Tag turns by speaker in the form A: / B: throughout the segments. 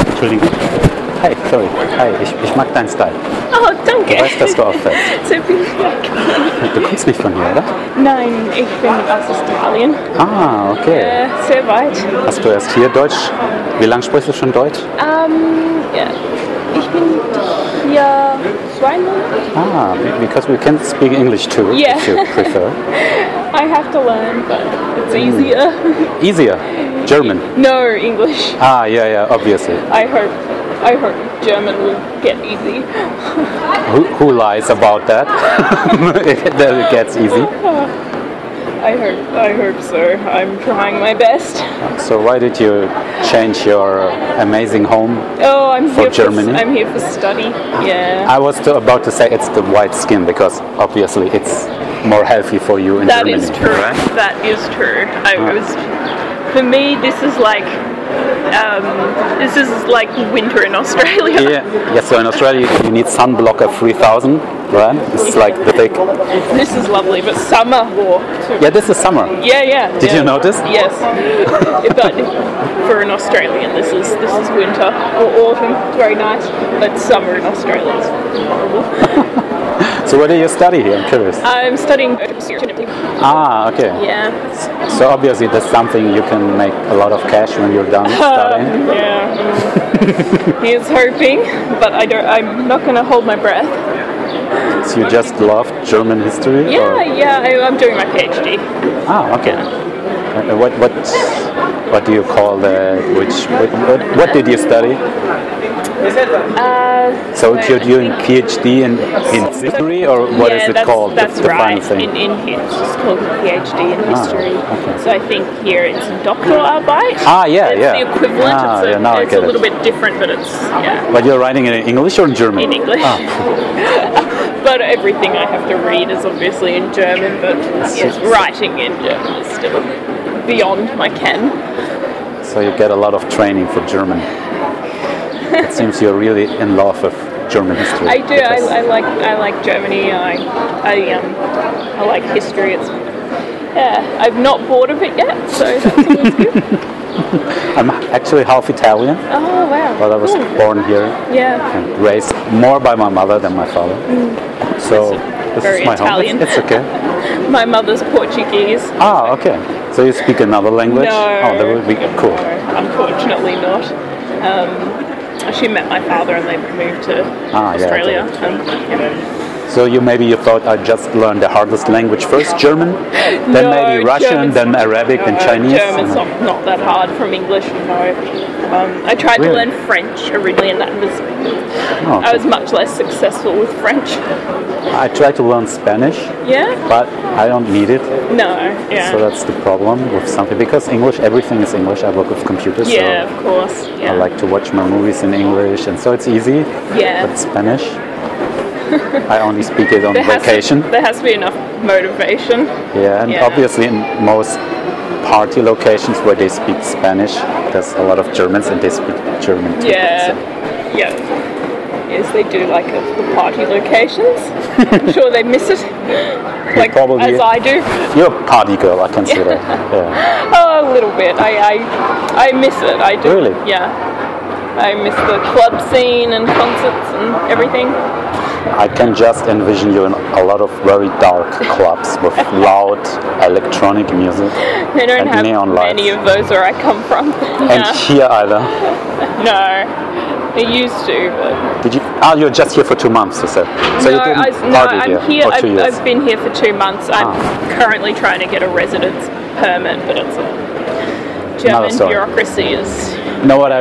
A: Entschuldigung. Hi, sorry. Hi, ich, ich mag deinen Style.
B: Oh, danke.
A: Du weißt, dass du auffällst.
B: So vielen Dank.
A: Du kommst nicht von hier, oder?
B: Nein, ich bin aus Australien.
A: Ah, okay.
B: Äh, sehr weit.
A: Hast du erst hier Deutsch? Wie lange sprichst du schon Deutsch?
B: Ähm, ja. Ich bin hier zwei Monate.
A: Ah, because we can speak English too,
B: Yeah.
A: if you prefer.
B: I have to learn, but it's
A: Mm.
B: easier.
A: Easier. German.
B: no English.
A: Ah, yeah, yeah, obviously.
B: I hope. I hope German will get easy.
A: Who, who lies about that? that it gets easy.
B: I hope. I hope so. I'm trying my best.
A: So why did you change your amazing home?
B: Oh, I'm
A: For
B: here
A: Germany?
B: For, I'm here for study. Yeah.
A: I was to, about to say it's the white skin because obviously it's more healthy for you in
B: That
A: Germany.
B: is true. That is true. I
A: Hmm.
B: was. For me, this is like. Um, this is like winter in Australia.
A: Yeah. Yes. So in Australia you need sunblocker 3000, right? It's like the thick.
B: This is lovely, but summer walk. Too.
A: Yeah. This is summer.
B: Yeah, yeah.
A: Did you
B: yeah.
A: notice?
B: Yes. but for an Australian, this is this is winter or autumn. It's very nice, but summer in Australia is horrible.
A: So what do you study here? I'm curious.
B: I'm studying Botox here.
A: Ah. Okay.
B: Yeah.
A: So obviously that's something you can make a lot of cash when you're done studying.
B: Yeah. He is hoping, but I don't. I'm not going to hold my breath.
A: Oh. So you just love German history?
B: Yeah,
A: Or?
B: yeah, I, I'm doing my PhD.
A: Ah. Okay. Uh, What what what do you call the which what, what, what did you study?
B: Uh,
A: So you're doing PhD in, in history or what
B: yeah,
A: is it
B: that's,
A: called?
B: That's
A: the, the final
B: right.
A: thing.
B: In, in here, it's just called a PhD in
A: Ah,
B: history.
A: okay.
B: So I think here it's Doktorarbeit.
A: Ah, yeah,
B: it's
A: yeah.
B: The equivalent.
A: Ah,
B: it's a,
A: yeah, now I
B: it's
A: get
B: a
A: it.
B: little bit different, but it's yeah,
A: But you're writing it in English or in German?
B: in English.
A: Ah,
B: but everything I have to read is obviously in German. But yes, writing in German is still beyond my ken.
A: so you get a lot of training for German. it seems you're really in love with German history.
B: I do.
A: because-
B: I, I like I like Germany. I I um I like history. It's yeah. I'm not bored of it yet, so that's always good.
A: I'm actually half Italian,
B: Oh wow.
A: but I was
B: Cool.
A: born here
B: Yeah.
A: and raised more by my mother than my father. So this
B: Hmm. Very
A: is my
B: Italian.
A: home. It's, it's okay.
B: My mother's Portuguese.
A: Ah, okay. So you speak another language?
B: No.
A: Oh, that would be cool.
B: No, unfortunately not. Um, she met my father and they moved to
A: Ah, yeah, okay.
B: Australia. Um, yeah.
A: So you maybe you thought I just learned the hardest language first, German, then
B: No,
A: maybe Russian,
B: German's-
A: then Arabic, then
B: Uh,
A: Chinese. Oh,
B: German's not, not that hard from English, no. Um, I tried
A: Really?
B: to learn French originally, and that was
A: Oh, okay.
B: I was much less successful with French.
A: I tried to learn Spanish,
B: Yeah?
A: but I don't need it.
B: No, yeah.
A: So that's the problem with something because English, everything is English. I work with computers,
B: yeah,
A: so
B: of course. Yeah.
A: uh, I like to watch my movies in English, and so it's easy.
B: Yeah.
A: But Spanish, I only speak it on
B: there has
A: vacation.
B: To, there has to be enough motivation.
A: yeah, and
B: Yeah.
A: obviously in most party locations where they speak Spanish, there's a lot of Germans and they speak German too.
B: Yeah. Yeah. Yes, they do like it for party locations. I'm sure they miss it. Like
A: probably-
B: as I do.
A: So you're a party girl, I can say that. Yeah.
B: Oh, a little bit. I, I I miss it. I do.
A: Really?
B: Yeah. I miss the club scene and concerts and everything.
A: I can just envision you in a lot of very dark clubs with loud electronic music.
B: They don't
A: And
B: have
A: neon lights.
B: many of those where I come from.
A: And
B: Yeah.
A: here either.
B: No, they used to, but
A: Did you? Ah, you're just here for two months, you said. So
B: no,
A: you didn't
B: I, no,
A: party
B: I'm
A: here,
B: here.
A: for
B: I've,
A: two years.
B: I've been here for two months. I'm
A: Ah.
B: currently trying to get a residence permit, but it's a
A: Another
B: German
A: story.
B: bureaucracy is.
A: You know what I,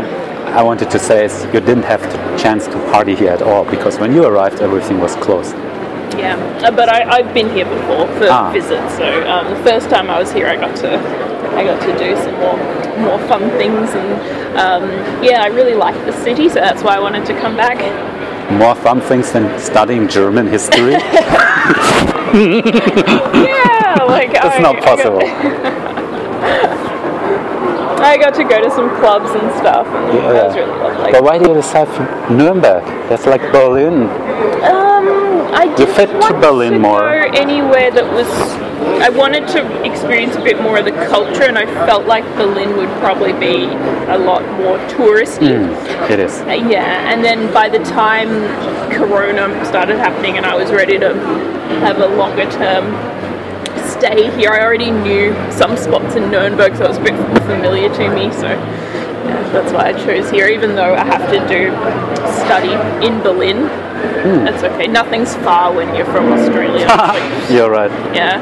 A: I wanted to say is you didn't have the chance to party here at all because when you arrived, everything was closed.
B: Yeah, Uh, but I, I've been here before for
A: Ah.
B: visits. So um, the first time I was here, I got to I got to do some more more fun things, and um, yeah, I really liked the city, so that's why I wanted to come back.
A: More fun things than studying German history. It's
B: Yeah, like I,
A: not
B: I got-
A: possible.
B: I got to go to some clubs and stuff, and that was
A: Yeah.
B: really lovely.
A: But why do you decide for Nuremberg? That's like Berlin.
B: Um, I did
A: fit to Berlin
B: to
A: more.
B: Go anywhere that was I wanted to experience a bit more of the culture, and I felt like Berlin would probably be a lot more touristy.
A: It is.
B: Uh, Yeah, and then by the time Corona started happening and I was ready to have a longer term stay here, I already knew some spots in Nuremberg, so it was a bit familiar to me. So yeah, that's why I chose here, even though I have to do study in Berlin. That's okay. Nothing's far when you're from Australia.
A: You're right.
B: yeah,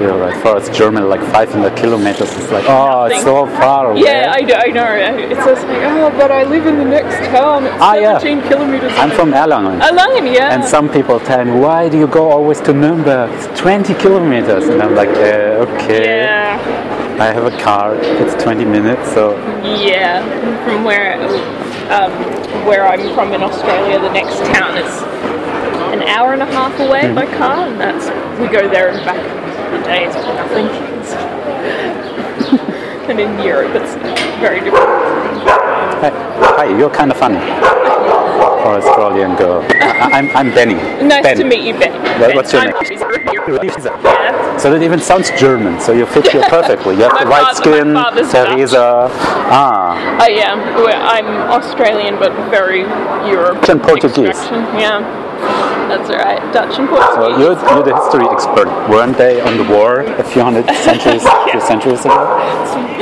A: You're right. For us German, like 500 kilometers is like, oh, it's
B: Nothing.
A: so far away.
B: yeah, I, know- I know. It's just like, oh, but I live in the next town. It's
A: Ah, yeah.
B: 17 kilometers.
A: I'm from Erlangen.
B: Erlangen, yeah.
A: And some people tell me, why do you go always to Nuremberg? It's 20 kilometers. And I'm like, uh, okay,
B: yeah. Mm-hmm.
A: I have a car. It's 20 minutes. So
B: Yeah, from where um, where I'm from in Australia, the next town is an hour and a half away
A: Hmm.
B: by car, and that's we go there and back in a day. It's nothing. and in Europe, it's very different.
A: hi, hi you're kind of funny for an Australian girl. I, I'm, I'm Benny.
B: Nice
A: ben.
B: to meet you, Ben.
A: What- what's your
B: I'm- Yeah.
A: So that even sounds German. So you fit here perfectly. You have
B: My
A: the white
B: father- my
A: skin,
B: father's
A: Teresa. Ah,
B: I am. Well, I'm Australian, but very Europe.
A: And Portuguese.
B: Yeah, that's right. Dutch and Portuguese.
A: so you're, you're the history expert. Weren't they on the war a few hundred centuries, few centuries ago?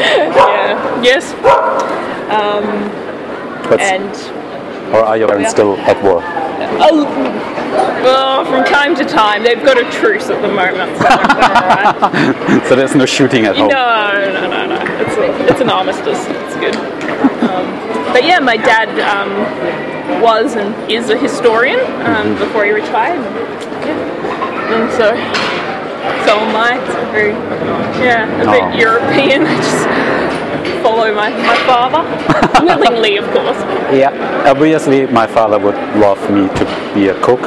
B: yeah. Yes.
A: That's-
B: And
A: or are your parents still at war?
B: Oh, well, from time to time. They've got a truce at the moment. So they're all right.
A: So there's no shooting at
B: No,
A: home.
B: no, no, no. It's, a, it's an armistice. It's good. Um, but yeah, my dad um, was and is a historian um, before he retired. Yeah. And so, so am I. It's a very, yeah, a
A: Oh.
B: bit European. I just follow my, my father. Willingly, of course.
A: Yeah, obviously my father would love me to be a cook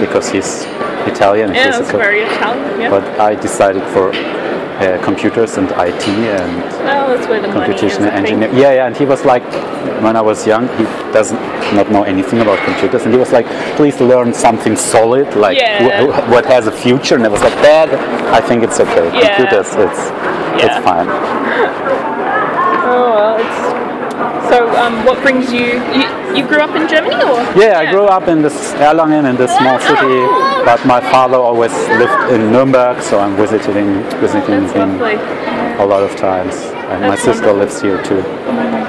A: because he's Italian. and
B: Mm. Yeah,
A: he's a
B: it's
A: cook.
B: very Italian. Yeah.
A: But I decided for uh, computers and IT and
B: well, that's where the money is.
A: computational
B: I think.
A: engineering. Yeah, yeah. And he was like, when I was young, he doesn't not know anything about computers, and he was like, please learn something solid, like
B: Yeah.
A: wh- wh- what has a future. And I was like, Dad, I think it's okay.
B: Yeah.
A: Computers, it's it's
B: Yeah.
A: fine.
B: Oh well, it's so. Um, what brings you, you? You grew up in Germany, or?
A: Yeah, I grew up in this Erlangen in this small
B: Ah,
A: city, but my father always lived in Nuremberg, so I'm visiting visiting
B: That's
A: him
B: lovely.
A: a lot of times. And my
B: That's
A: sister
B: wonderful. Mm-hmm.
A: lives here too.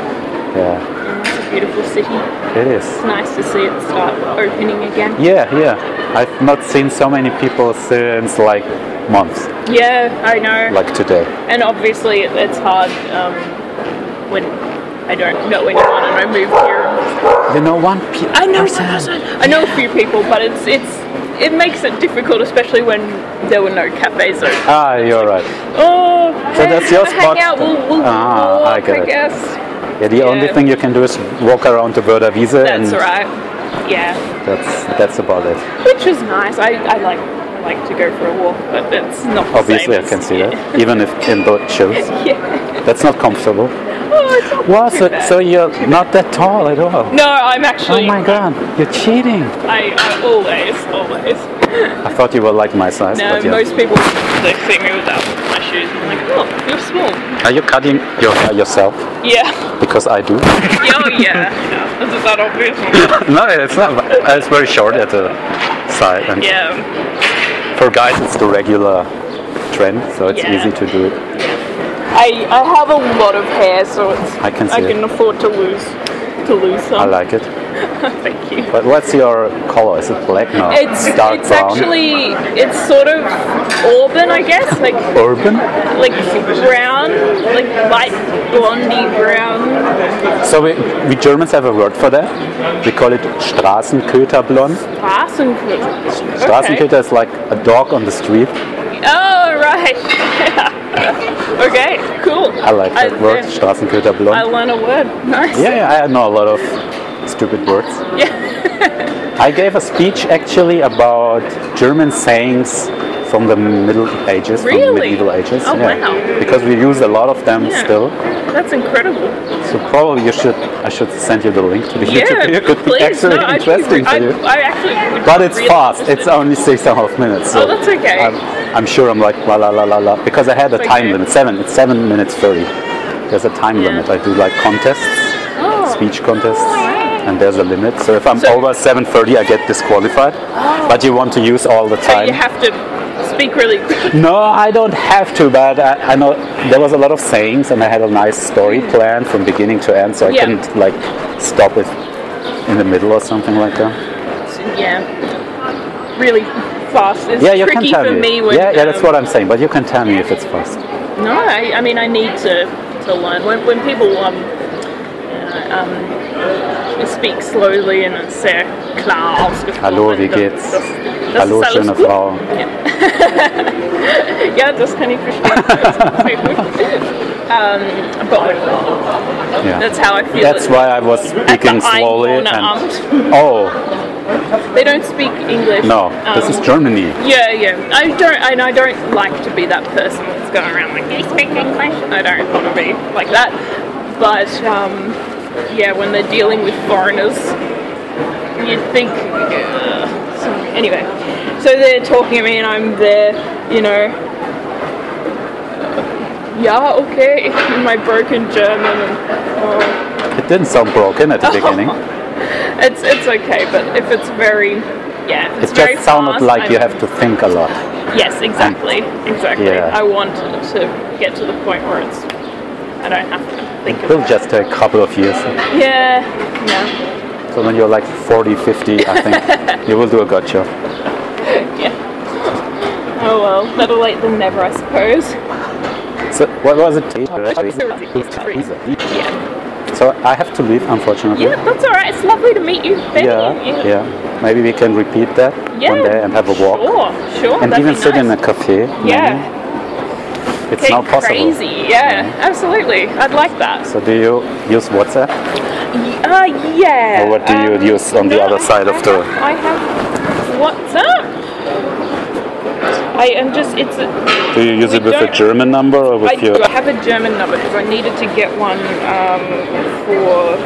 A: Yeah,
B: It's a beautiful city. It's
A: it is.
B: nice to see it start opening again.
A: Yeah, yeah. I've not seen so many people since like months,
B: Yeah, I know.
A: like today.
B: and obviously, it, it's hard um, when I don't know anyone and I moved here.
A: You know, one pe-
B: I know
A: person.
B: I know a few people, but it's it's it makes it difficult, especially when there were no cafes open.
A: Ah, you're right.
B: Oh,
A: So
B: hey,
A: that's your
B: hang
A: spot.
B: out, We'll, we'll
A: Ah, I
B: walk,
A: get
B: I
A: it.
B: guess.
A: Yeah, the only
B: Yeah.
A: thing you can do is walk around the Wörder Wiese,
B: That's
A: and
B: right. Yeah,
A: that's that's about it.
B: which is nice. I, I like like to go for a walk, but that's not the
A: Obviously,
B: same
A: I can
B: as-
A: see that, even if in the shoes.
B: Yeah.
A: That's not comfortable.
B: Oh, it's not
A: Wow,
B: too
A: so,
B: bad.
A: so you're not that tall at all.
B: No, I'm
A: Oh
B: actually.
A: my god, you're cheating.
B: I, I always, always.
A: I thought you were like my size,
B: No,
A: but yeah.
B: most people they see me without my shoes. I'm like, oh, you're small.
A: Are you cutting your hair yourself?
B: Yeah.
A: Because I do.
B: Yeah, oh, yeah. No, this is that obvious.
A: no, it's not. It's very short at the side. And
B: Yeah.
A: For guys, it's the regular trend, so it's
B: Yeah.
A: easy to do it.
B: I, I have a lot of hair, so it's
A: I can see
B: I can
A: it.
B: afford to lose to lose some.
A: I like it.
B: Thank you.
A: But what's your color? Is it black? No,
B: It's
A: dark
B: it's
A: brown.
B: actually it's sort of auburn, I guess, like
A: Urban.
B: like brown, like light blondie brown.
A: So we, we Germans have a word for that. We call it Straßenköterblond.
B: Straßenköter.
A: Straßenköter is like a dog on the street.
B: Okay. Oh right. okay. Cool.
A: I like that word, Straßenköterblond.
B: I learn a word. Nice.
A: Yeah, yeah, I know a lot of stupid words.
B: Yeah.
A: I gave a speech actually about German sayings from the Middle Ages, from
B: Really?
A: the medieval ages.
B: Oh,
A: yeah.
B: wow.
A: Because we use a lot of them
B: Yeah.
A: still.
B: That's incredible.
A: So probably you should I should send you the link to the YouTube
B: Yeah,
A: video. It could
B: please.
A: be actually
B: no, I'd be
A: interesting
B: re- I,
A: for you.
B: I actually would
A: but it's
B: really
A: fast.
B: interested.
A: It's only six and a half minutes.
B: Oh,
A: so
B: that's okay.
A: I'm, I'm sure I'm like la la la la la because I had a
B: It's
A: time
B: okay.
A: limit. Seven. It's seven minutes thirty. There's a time
B: Yeah.
A: limit. I do like contests,
B: Oh.
A: speech contests, and there's a limit. So if I'm
B: So-
A: over seven thirty, I get disqualified. But you want to use all the
B: So
A: time.
B: you have to speak really quick.
A: No, I don't have to, but I, I know there was a lot of sayings, and I had a nice story planned from beginning to end, so I
B: Mm. Yeah.
A: couldn't like stop it in the middle or something like that.
B: Yeah, really fast. It's
A: Yeah, you
B: tricky
A: can tell
B: for
A: me.
B: me. When,
A: yeah, yeah, that's
B: um,
A: what I'm saying. But you can tell me if it's fast.
B: No, I, I mean I need to, to learn. When, when people um, uh, um, speak slowly and it's sehr klar ausgesprochen.
A: Hallo, wie
B: dann-
A: geht's?
B: Das, das
A: Hallo,
B: ist alles
A: schöne
B: gut.
A: Frau.
B: Ja, das kann ich verstehen. Das ist sehr gut. Um, but
A: Yeah.
B: that's how I feel.
A: That's why I was speaking
B: At the
A: slowly.
B: Einwohner
A: And,
B: Amt.
A: oh
B: They don't speak English.
A: no, this
B: Um,
A: is Germany.
B: Yeah, yeah. I don't, and I don't like to be that person that's going around like, "Do you speak English?" I don't want to be like that. But um, yeah, when they're dealing with foreigners, you'd think. Uh, so anyway, so they're talking to me, and I'm there, you know. Yeah, okay. In my broken German, and, oh,
A: It didn't sound broken at the beginning.
B: it's it's okay. But if it's very, yeah,
A: It
B: if it's very
A: just sounded
B: fast,
A: like
B: I'm-
A: you have to think a lot.
B: Yes, exactly. Exactly.
A: Yeah.
B: I want to get to the point where it's I don't have to think
A: It'll
B: about it.
A: just take a couple of years.
B: Yeah. Yeah.
A: So when you're like 40, 50, I think you will do a good job.
B: Yeah. Oh well, better late than never, I suppose.
A: So what was it?
B: Yeah.
A: So I have to leave, unfortunately.
B: Yeah, that's all right. It's lovely to meet you. Thank
A: yeah,
B: you.
A: yeah. Maybe we can repeat that
B: Yeah.
A: one day and have a walk,
B: Sure. Sure.
A: and
B: that'd
A: even
B: be
A: sit in a
B: nice.
A: cafe.
B: Yeah.
A: maybe. it's
B: Get
A: not possible.
B: crazy. Yeah, Absolutely. I'd like that.
A: So do you use WhatsApp?
B: Uh, yeah. Um,
A: Or what do you use on the other side of the-
B: I have what's up? I am just. It's. A,
A: Do you use
B: We
A: it with a
B: don't-
A: German number or with
B: I
A: your?
B: do. I have a German number because I needed to get one um, for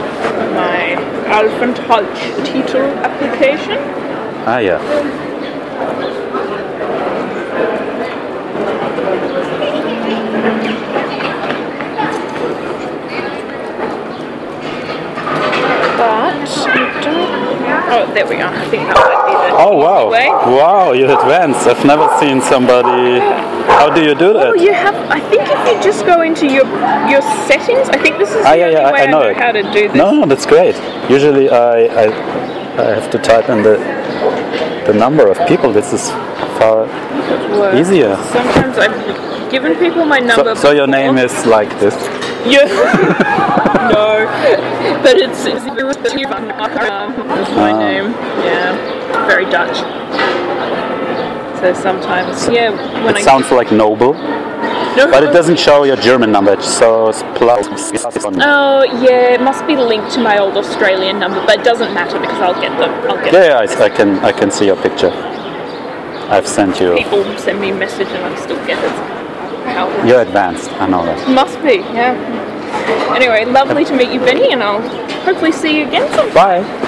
B: my Aufenthaltstitel application.
A: Ah, yeah.
B: But I don't. Oh, there we are. I think that might be the.
A: Oh wow!
B: Way.
A: Wow, you're advanced. I've never seen somebody. How do you do that?
B: Oh, you have. I think if you just go into your your settings, I think this is
A: Ah,
B: the
A: yeah,
B: only
A: yeah,
B: way
A: I, I know, it.
B: how to do this.
A: No, no, that's great. Usually I, I, I have to type in the, the number of people. This is far.
B: Work.
A: Easier.
B: Sometimes I've given people my number.
A: So, so your
B: before.
A: name is like this.
B: Yeah. no. But it's, it's it's um, my
A: Ah.
B: name. Yeah. Very Dutch. So sometimes, yeah, when
A: It
B: I
A: sounds like noble,
B: no,
A: but it doesn't show your German number. It shows plus. Yeah,
B: Oh yeah, it must be linked to my old Australian number, but it doesn't matter because I'll get them. I'll get
A: yeah, I, I can I can see your picture. I've sent you.
B: people send me a message and I still get it. How it
A: You're advanced. I know that.
B: must be, yeah. Anyway, lovely to meet you, Benny, and I'll hopefully see you again sometime.
A: Bye.